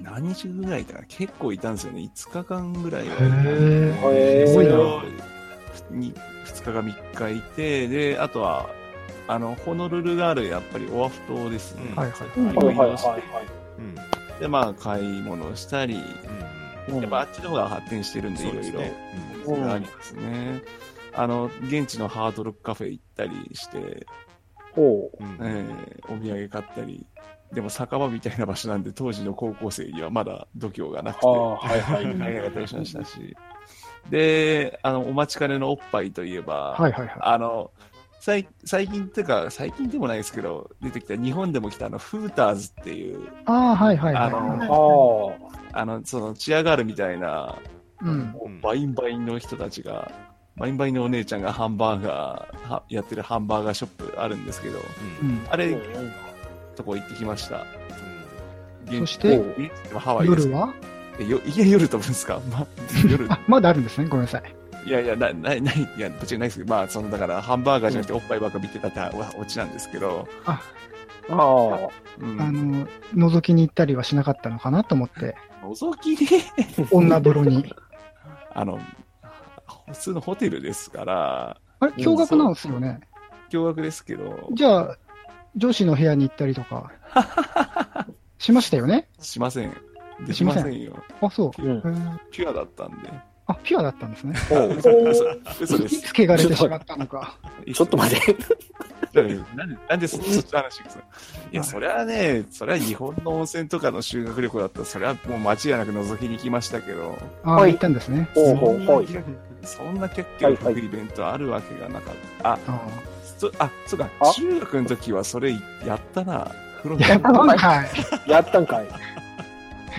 何日ぐらいかな結構いたんですよね。5日間ぐらいは。
へ
へ
ー
い
ー
ろいろに2日か3日いて、で、あとは、あの、ホノルルがある、やっぱりオアフ島ですね。
はい
うん
はいはいはい
して
はい。
うん
で、まあ、買い物したり、
う
うん
やっぱあっちの方が発展してるん
ん
で、いろいろ。
うん
がありますね。あの、現地のハードロックカフェ行ったりして、
ほ
うん
えーお土産買ったり、でも酒場みたいな場所なんで、当時の高校生にはまだ度胸がなく
う。
て、
ああー、はいは
買え
い。
なかったりしましたし、で、あの、お待ちかねのおっぱいといえば、
はいはいは
あの、最最近っていうか、最近でもないですけど、出てきた、日本でも来たあの、フーターズっていう、
い。ああ、はいはいはい
あの
は
あ
い。
あ、
あの、その、チアガールみたいな、
うん。
バインバインの人たちが、バインバインのお姉ちゃんがハンバーガーは、やってるハンバーガーショップあるんですけど、
う
うん
ん。
あ
う
れ、
ん
とこ行ってきました。現
そして
現地はハワイです
夜。は
えよいや、夜飛ぶんですか、 ま、夜
あ、まだあるんですね。ごめんなさい。
いやいや、な、ない、ない、いや、別にないですけど、まあ、その、だから、ハンバーガーじゃなくて、おっぱいばっか見てたって、わオチなんですけど、
あ
うん、
あの、覗きに行ったりはしなかったのかなと思って、
覗きで、
女風呂に。
あの、普通のホテルですから、
あれ、驚愕なんですよね。
驚愕ですけど、
じゃあ、女子の部屋に行ったりとか、しましたよね
しません。で
し
し
ま
ま
せん
せんよ。
あ、そう
あ。。うん
へ。ー
ピュアだったんで。
あ、ピュアだったんですね。
ほう
嘘嘘嘘で
い
す
つ。汚れてしまったのか。
ちょっ と待って。
って。なんで、なんでそそっちの話ですかいや、
はい
そりゃね、そりゃ日本の温泉とかの修学旅行だったら、そりゃもう間違いなく覗きに来ましたけど、
ああ、
はい
行ったんですね。
ほうほうほう。
そんなキャッキャを吹くイベントあるわけがなかった。あ、
あ
そ、あ、そうか、
あ
中学の時はそれやったな。風呂
あやったのかい。
やったんかい。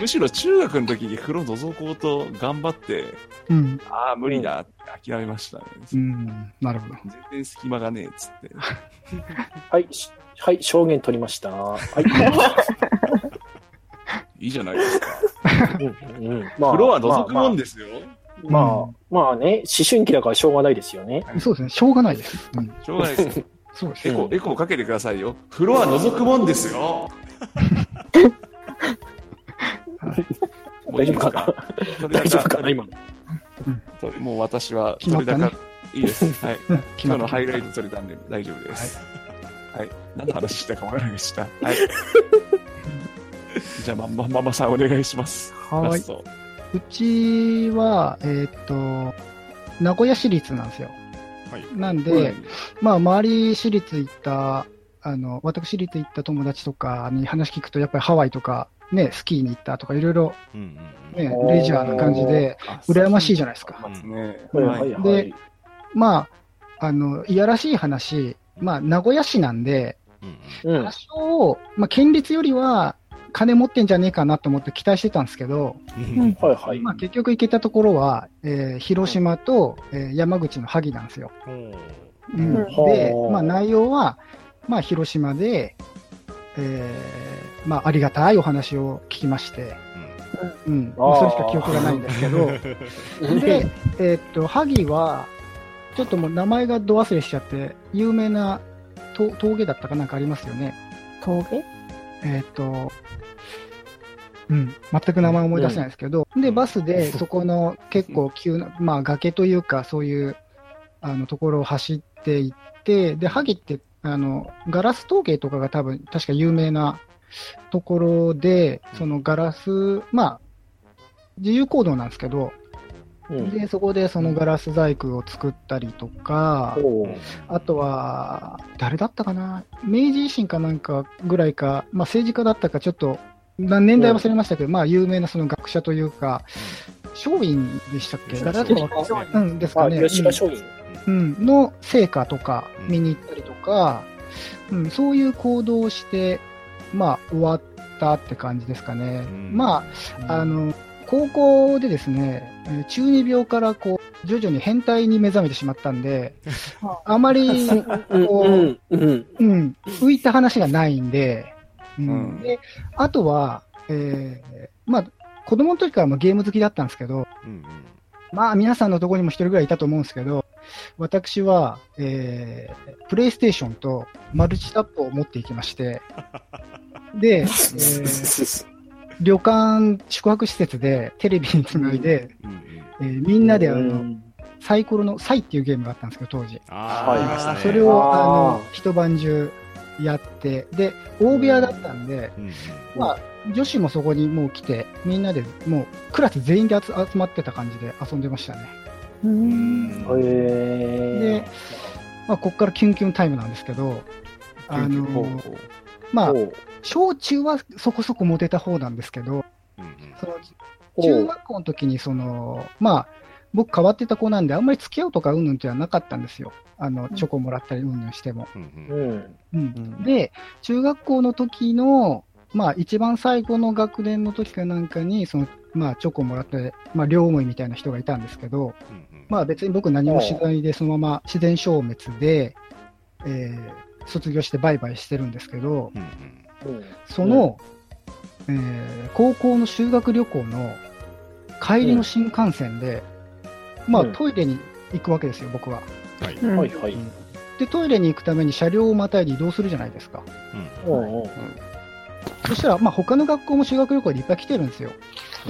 むしろ中学の時に風呂覗こうと頑張って、
うん。
ああ、無理だって諦めましたね。
うん。なるほど。
全然隙間がねえっつって。
はい、しはい、証言取りました。はい。
いいじゃないですか。
うんうんま
風呂は覗くもん
で。
ですよ。
まあ、まあまあね、思春期だからしょうがないですよね。
そうですね。しょうがないです。うん。
しょうがないですよ。
そうです
エ
ね。
コ、エコをかけてくださいよ。風呂は覗くもんですよ。もういいです
大丈夫か
か
な
鳥
大丈夫かな
高
今の。
鳥もう私は、
決まったね
鳥高いいです。はい。
うん決
今
まった
日のハイライト取れたんで大丈夫です。はい。何の話したかわからないでした。はい。じゃあ、ま、ま、ママさんお願いします。
は
ラ
ーい
ス。ト。
うちは、えーっと、名古屋市立なんですよ。
はい
なんで、
はい
まあ、周り市立行った、あの、私立行った友達とかに話聞くと、やっぱりハワイとか、ね、スキーに行ったとか、いろいろ
うんうん
ね、
おー
レジャーな感じで、羨ましいじゃないですか。
ますね。
はいはい
で
はい。
まあ、あの、いやらしい話、まあ、名古屋市なんで、
うん
うん
多。少、まあ、県立よりは、金持ってんじゃねえかなと思って期待してたんですけど、
うんうん
はいはい。
まあ、結局行けたところは、えー広島と、えー山口の萩なんですよ。うん
うん
で
ほ、う
まあ、内容は、まあ、広島で、えーまあ、ありがたいお話を聞きまして、うんまあ、それしか記憶がないんですけど、で、えーっと、萩は、ちょっともう名前がど忘れしちゃって、有名なと峠だったかなんかありますよね。
峠
えーっと、うん、全く名前思い出せないですけど、で、バスでそこの結構急 な、まあ崖というか、そういうあのところを走っていって、で、萩って、あの、ガラス峠とかが多分、確か有名なところで、そのガラス、まあ、自由行動なんですけど、
うん
で、そこでそのガラス細工を作ったりとか、
ほ
うん
あとは、誰だったかな、明治維新かなんかぐらいか、まあ、政治家だったか、ちょっと、何年代忘れましたけど、まあ、有名なその学者というか、松陰でしたっけ、
吉
誰
田
だ
松
った
陰
か
で
わ
すね
かんうんです
う。
か
あ、
ね、
吉田松陰。
うん、うんの成果とか
うん
見に行ったりとか、うんそういう行動をして、まあ、終わったって感じですかね。
うん
まああの高校でですね、えー中二病からこう徐々に変態に目覚めてしまったんで、あま り、
うん
こ
う
う、
んうん。
うん、浮いた話がないんで、うん
うん
であとは、えーまあ、子供の時からもゲーム好きだったんですけど、
うん
まあ、皆さんのところにも一人ぐらいいたと思うんですけど、私は、えープレイステーションとマルチタップを持っていきまして、で、えー旅館、宿泊施設でテレビにつないで、
うんうん
えーみんなであの、
うん
サイコロのサイっていうゲームがあったんですけど、当時。
あー
はい
ありましたね。
それを、あ
あー
の、一晩中やって、で、大部屋だったんで、
うんうん
まあ、女子もそこにもう来て、みんなでもうクラス全員で集集まってた感じで遊んでましたね。
うん。
で
え、
まあ、ここからキュンキュンタイムなんですけど、あの
ほうほう
まあ、
ー、
小中はそこそこモテた方なんですけど、
うんうん
その
お
中学校の時にその、まあ、僕変わってた子なんで、あんまり付き合うとかうんぬんっていうのはなかったんですよ。あの、チョコもらったりうんぬんしても。
うんうん
うん。
うん
うん
で、中学校の時の、まあ、一番最後の学年の時かなんかに、その、まあ、チョコもらって、まあ、両思いみたいな人がいたんですけど、
うんうん
まあ、別に僕何もしないで、そのまま自然消滅で、えー卒業してバイバイしてるんですけど、
うんうん
うん
その、えー高校の修学旅行の帰りの新幹線で、まあ、
うん
トイレに行くわけですよ、僕は。
はい。
うん
はいはい。うん
で、トイレに行くために車両をまたいで移動するじゃないですか。
うん
うん。
そしたら、まあ、他の学校も修学旅行でいっぱい来てるんですよ。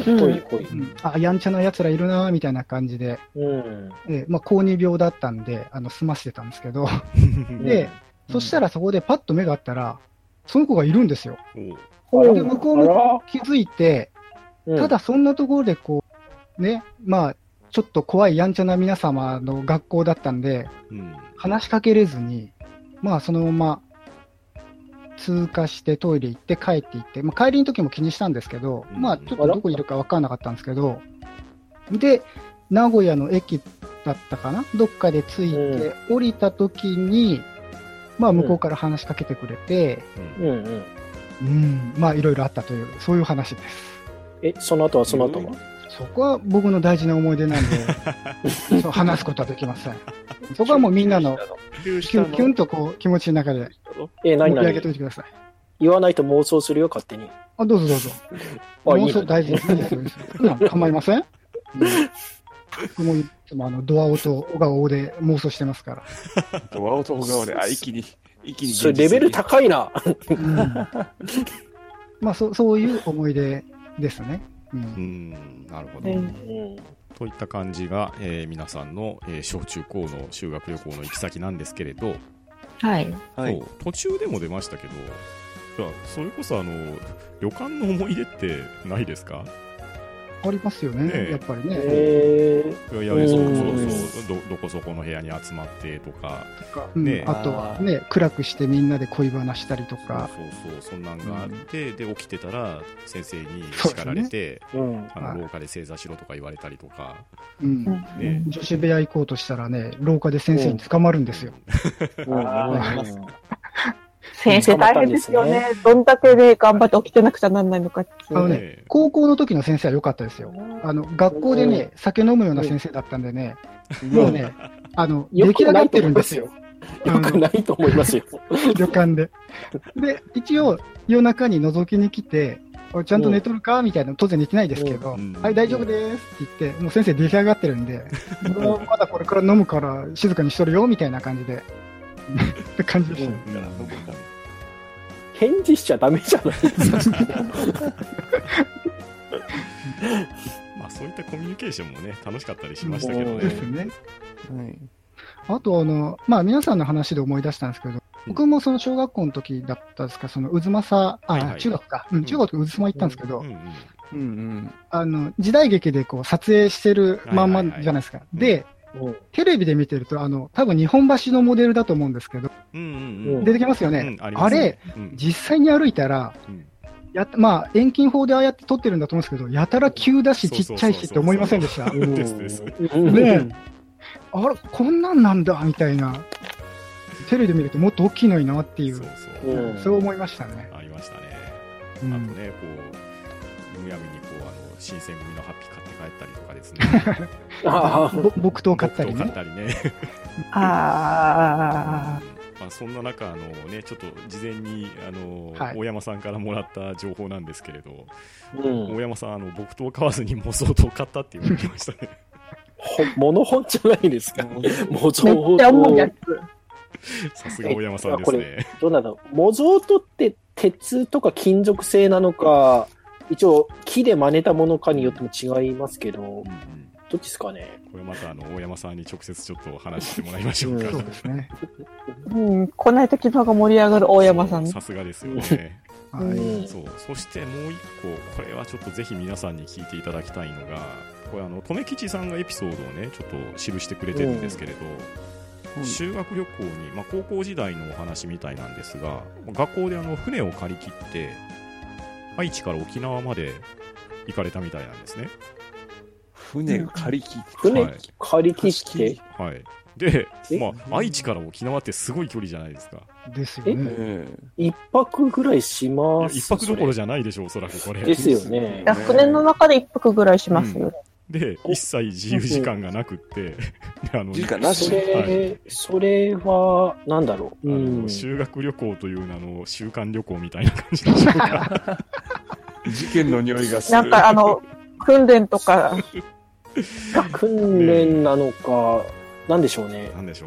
うん
ほいほい。
あ、やんちゃな奴らいるなーみたいな感じで、
うん。
でまあ、高二病だったんで、あの、済ませてたんですけど、で、そしたらそこでパッと目があったら、その子がいるんですよ。
おう
で、向こうも気づいて、ただそんなところでこう、ね、まあ、ちょっと怖いやんちゃな皆様の学校だったんで、
うん
話しかけれずに、まあ、そのまま、通過してトイレ行って帰って行って、まあ、帰りの時も気にしたんですけど、
うん
まあ、ちょっとどこにいるか分からなかったんですけど、で、名古屋の駅だったかなどっかで着いて、降りた時に、まあ、向こうから話しかけてくれて、
うん
うんうん。
うん、まあ、いろいろあったという、そういう話です。
え、その後はその後は
そこは僕の大事な思い出なん で、そう話すことはできません。そこはもうみんなの、
キュン
キュンキュンとこう気持ちの中で
え、何
盛り上げておい
何
てください。
言わないと妄想するよ、勝手に。
あ、どうぞどうぞ。
あ、い
も
いう
そ
の
れ大事です。いいですよいいですよそんなの構いません。僕もいつもあのドアオと小顔で妄想してますから。
ドアオと小顔で、あ、一気に、一気に。
それレベル高いな。
まあそそういう思い出ですね。う、
うんんなるほど
う。
うんん。
といった感じが、えー皆さんの、えー小中高の修学旅行の行き先なんですけれど、
はい。
はい
そ。う途中でも出ましたけど、いやそれこそあの旅館の思い出ってないですか
ありますよ
ね
ね、
え
やっぱりね。
えー
いやいや
うん
そこそこどどこそこの部屋に集まってとか、
うん
ねえ
あとはね、暗くしてみんなで恋話したりと
そう
か、
そうそう、そんなんがあって、で、起きてたら先生に叱られて、
うん。
あ
は
の
い
廊下で正座しろとか言われたりとか、
うん
ね
女子部屋行こうとしたらね、廊下で先生に捕まるんですよ。
うん
先生大変ですよね。どんだけね、頑張って起きてなくちゃなんないのかってい
あの
う。
ね
ね
高校の時の先生は良かったですよ。あの学校でね、酒飲むような先生だったんでね、もうね、あの出
よ
来上
くな
がっ
いと
てる
思い
ん
ま
ですす
よ
よ。。
よくないと思いますよ。
旅館で。で、一応、夜中に覗きに来て、おいちゃんと寝とるかみたいな、当然寝てないですけど、
うん
はい、大丈夫ですって言って、もう先生出来上がってるんで、もうまだこれから飲むから静かにしとるよみたいな感じで、って感じでしたね。
うん
返事しちゃダメじゃないですか。
まあそういったコミュニケーションもね、楽しかったりしましたけど
うん
です
ね。
ね。
はい。
あと、あの、まあ、皆さんの話で思い出したんですけど、僕もその小学校の時だったんですか、その渦政、あ、
はいはい
中学か、うん、中学の渦政行ったんですけど、
うんうん
うんうん。
あの、時代劇でこう撮影してるまんま
はい
じ
はいはい
ゃないですか。
うん
で、
うん
テレビで見てると、あの、多分日本橋のモデルだと思うんですけど、
うんうんうん
出てきますよね。
うんありま
あ
すね
れ、
うん
実際に歩いたら、
うん
やっまあ、遠近法でああやって撮ってるんだと思うんですけど、やたら急だし、
そう
ち
そうそうそう
っちゃいしって思いませんでした。
うん
ですです
ねあれ、こんなんなんだ、みたいな。テレビで見るともっと大きいのになっていう、
そ
そうう
そう、
うん
思いましたね。
ありましたね。
う
あと
ん、
ね、こう、むやみにこう、あの、新選組のハッピー買って帰ったりとかですね。
あ
ぼ木刀買ったり
木刀
ね。
買ったりね。
ああ。
まあ、そんな中、あのね、ちょっと事前に、あの、
はい
大山さんからもらった情報なんですけれど、
あ、うん
大。山さん、あの、木刀買わずに模想刀買ったって言われてましたね。
ほ物本じゃないですか。模造
めっ
刀
ちゃ重いやつ。
さすが大山さんですね。
どうなんだろう。模造刀って鉄とか金属製なのか、一応木で真似たものかによっても違いますけど
う、んうん
どっちですかね。
これまたあの大山さんに直接ちょっとお話ししてもらいましょうか。
そうですね。
うん、こないと希望が盛り上がる大山さん。
さすがですよね。
はい。
うん
そう。そしてもう一個、これはちょっとぜひ皆さんに聞いていただきたいのが、これあの、留吉さんがエピソードをね、ちょっと記してくれてるんですけれど、修学旅行に、まあ、高校時代のお話みたいなんですが、学校であの船を借り切って、愛知から沖縄まで行かれたみたいなんですね。
船が借り切って。
船
はい
借り切って、
はい。で、
え
まあ、愛知から沖縄ってすごい距離じゃないですか。
ですよね。
え
一泊ぐらいし
いや
ます。
一泊どころ
じ
じゃないでしょう、おそらくこれ。
ですよね
いや、船の中で一服ぐらいしますよ。
で、
お
一切自由時間がなくって、 であの、
時間なし
そ
で。
は
れ、それは、なんだろ
あ
う。う
の
ん。
修学旅行という名の週間旅行みたいな感じでしょうか。
事件の匂いがする。
なんかあ の、訓練とか、
訓練なのか、なんでしょうね。
なんでしょ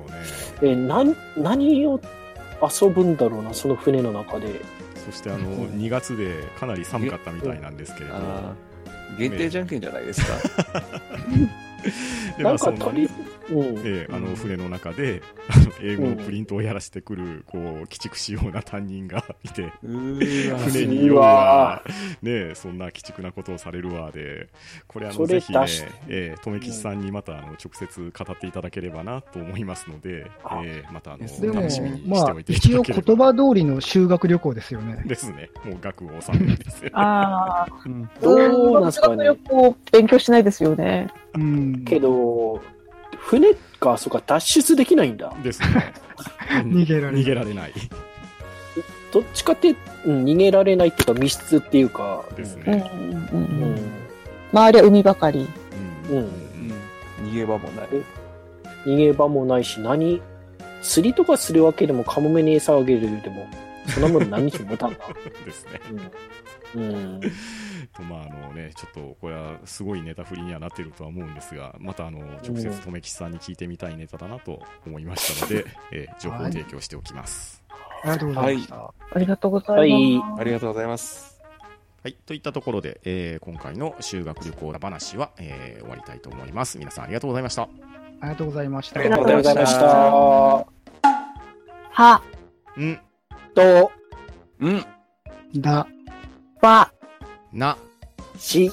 うね。
え、なん、何を遊ぶんだろうな、その船の中で。
そして、あの、2月でかなり寒かったみたいなんですけれど。
あー限定じゃんけんじゃないですか。
で、ま
な
あ、
ん
そ
か
んな
と
ね
り、うん。
ええあ
う
の
ん
船の中であの英語の
うん
プリントをやらせてくる、こう、鬼畜しような担任がい て、
うーわ
船に
いい
色
わ
はねえそんな鬼畜なことをされるわで、これ、あの
それ
ぜひね
出して、
ええ留吉さんにまたあの直接語っていただければなと思いますので、
あ
ええまたあの
で
で
も
も
楽しみに、し
ま
て
あ
おい、ていた
一
だ
応
け
言
れば。
葉通りの修学旅行ですよね。
ですね、もう額を収めないですよ。
ああ、
うん
どうなんですか
修学
ね。
旅行勉強しないですよね。
うん。
けど、船か、そうか、脱出できないんだ。
ですね。
逃げられない
逃げられない。
どっちかって、うん逃げられないっていうか、密室っていうか。
ですね
うんうんう
うん
うんん。周りは海ばかり。
うん
うん
う ん逃げ場もない。
逃げ場もないし、何釣りとかするわけでも、カモメに餌あげるでも、そんなもの何日も 持たんな。
ですね。
うん。うん。
まああのね、ちょっとこれはすごいネタ振りにはなってるとは思うんですが、またあの直接、留吉さんに聞いてみたいネタだなと思いましたので、えー情報を提供しておきます。
ありがとうございました。
ありがとうございます。
ありがとうございます。
はい、といったところで、えー今回の修学旅行話は、えー終わりたいと思います。皆さんありがとうございました。
ありがとうございました
あ
あ
り
り
がとうご
がとうご
ざい
ざい
ま
ま
した
した。
は、
ん、
と、
うん。
だ。
ば、
な、
し、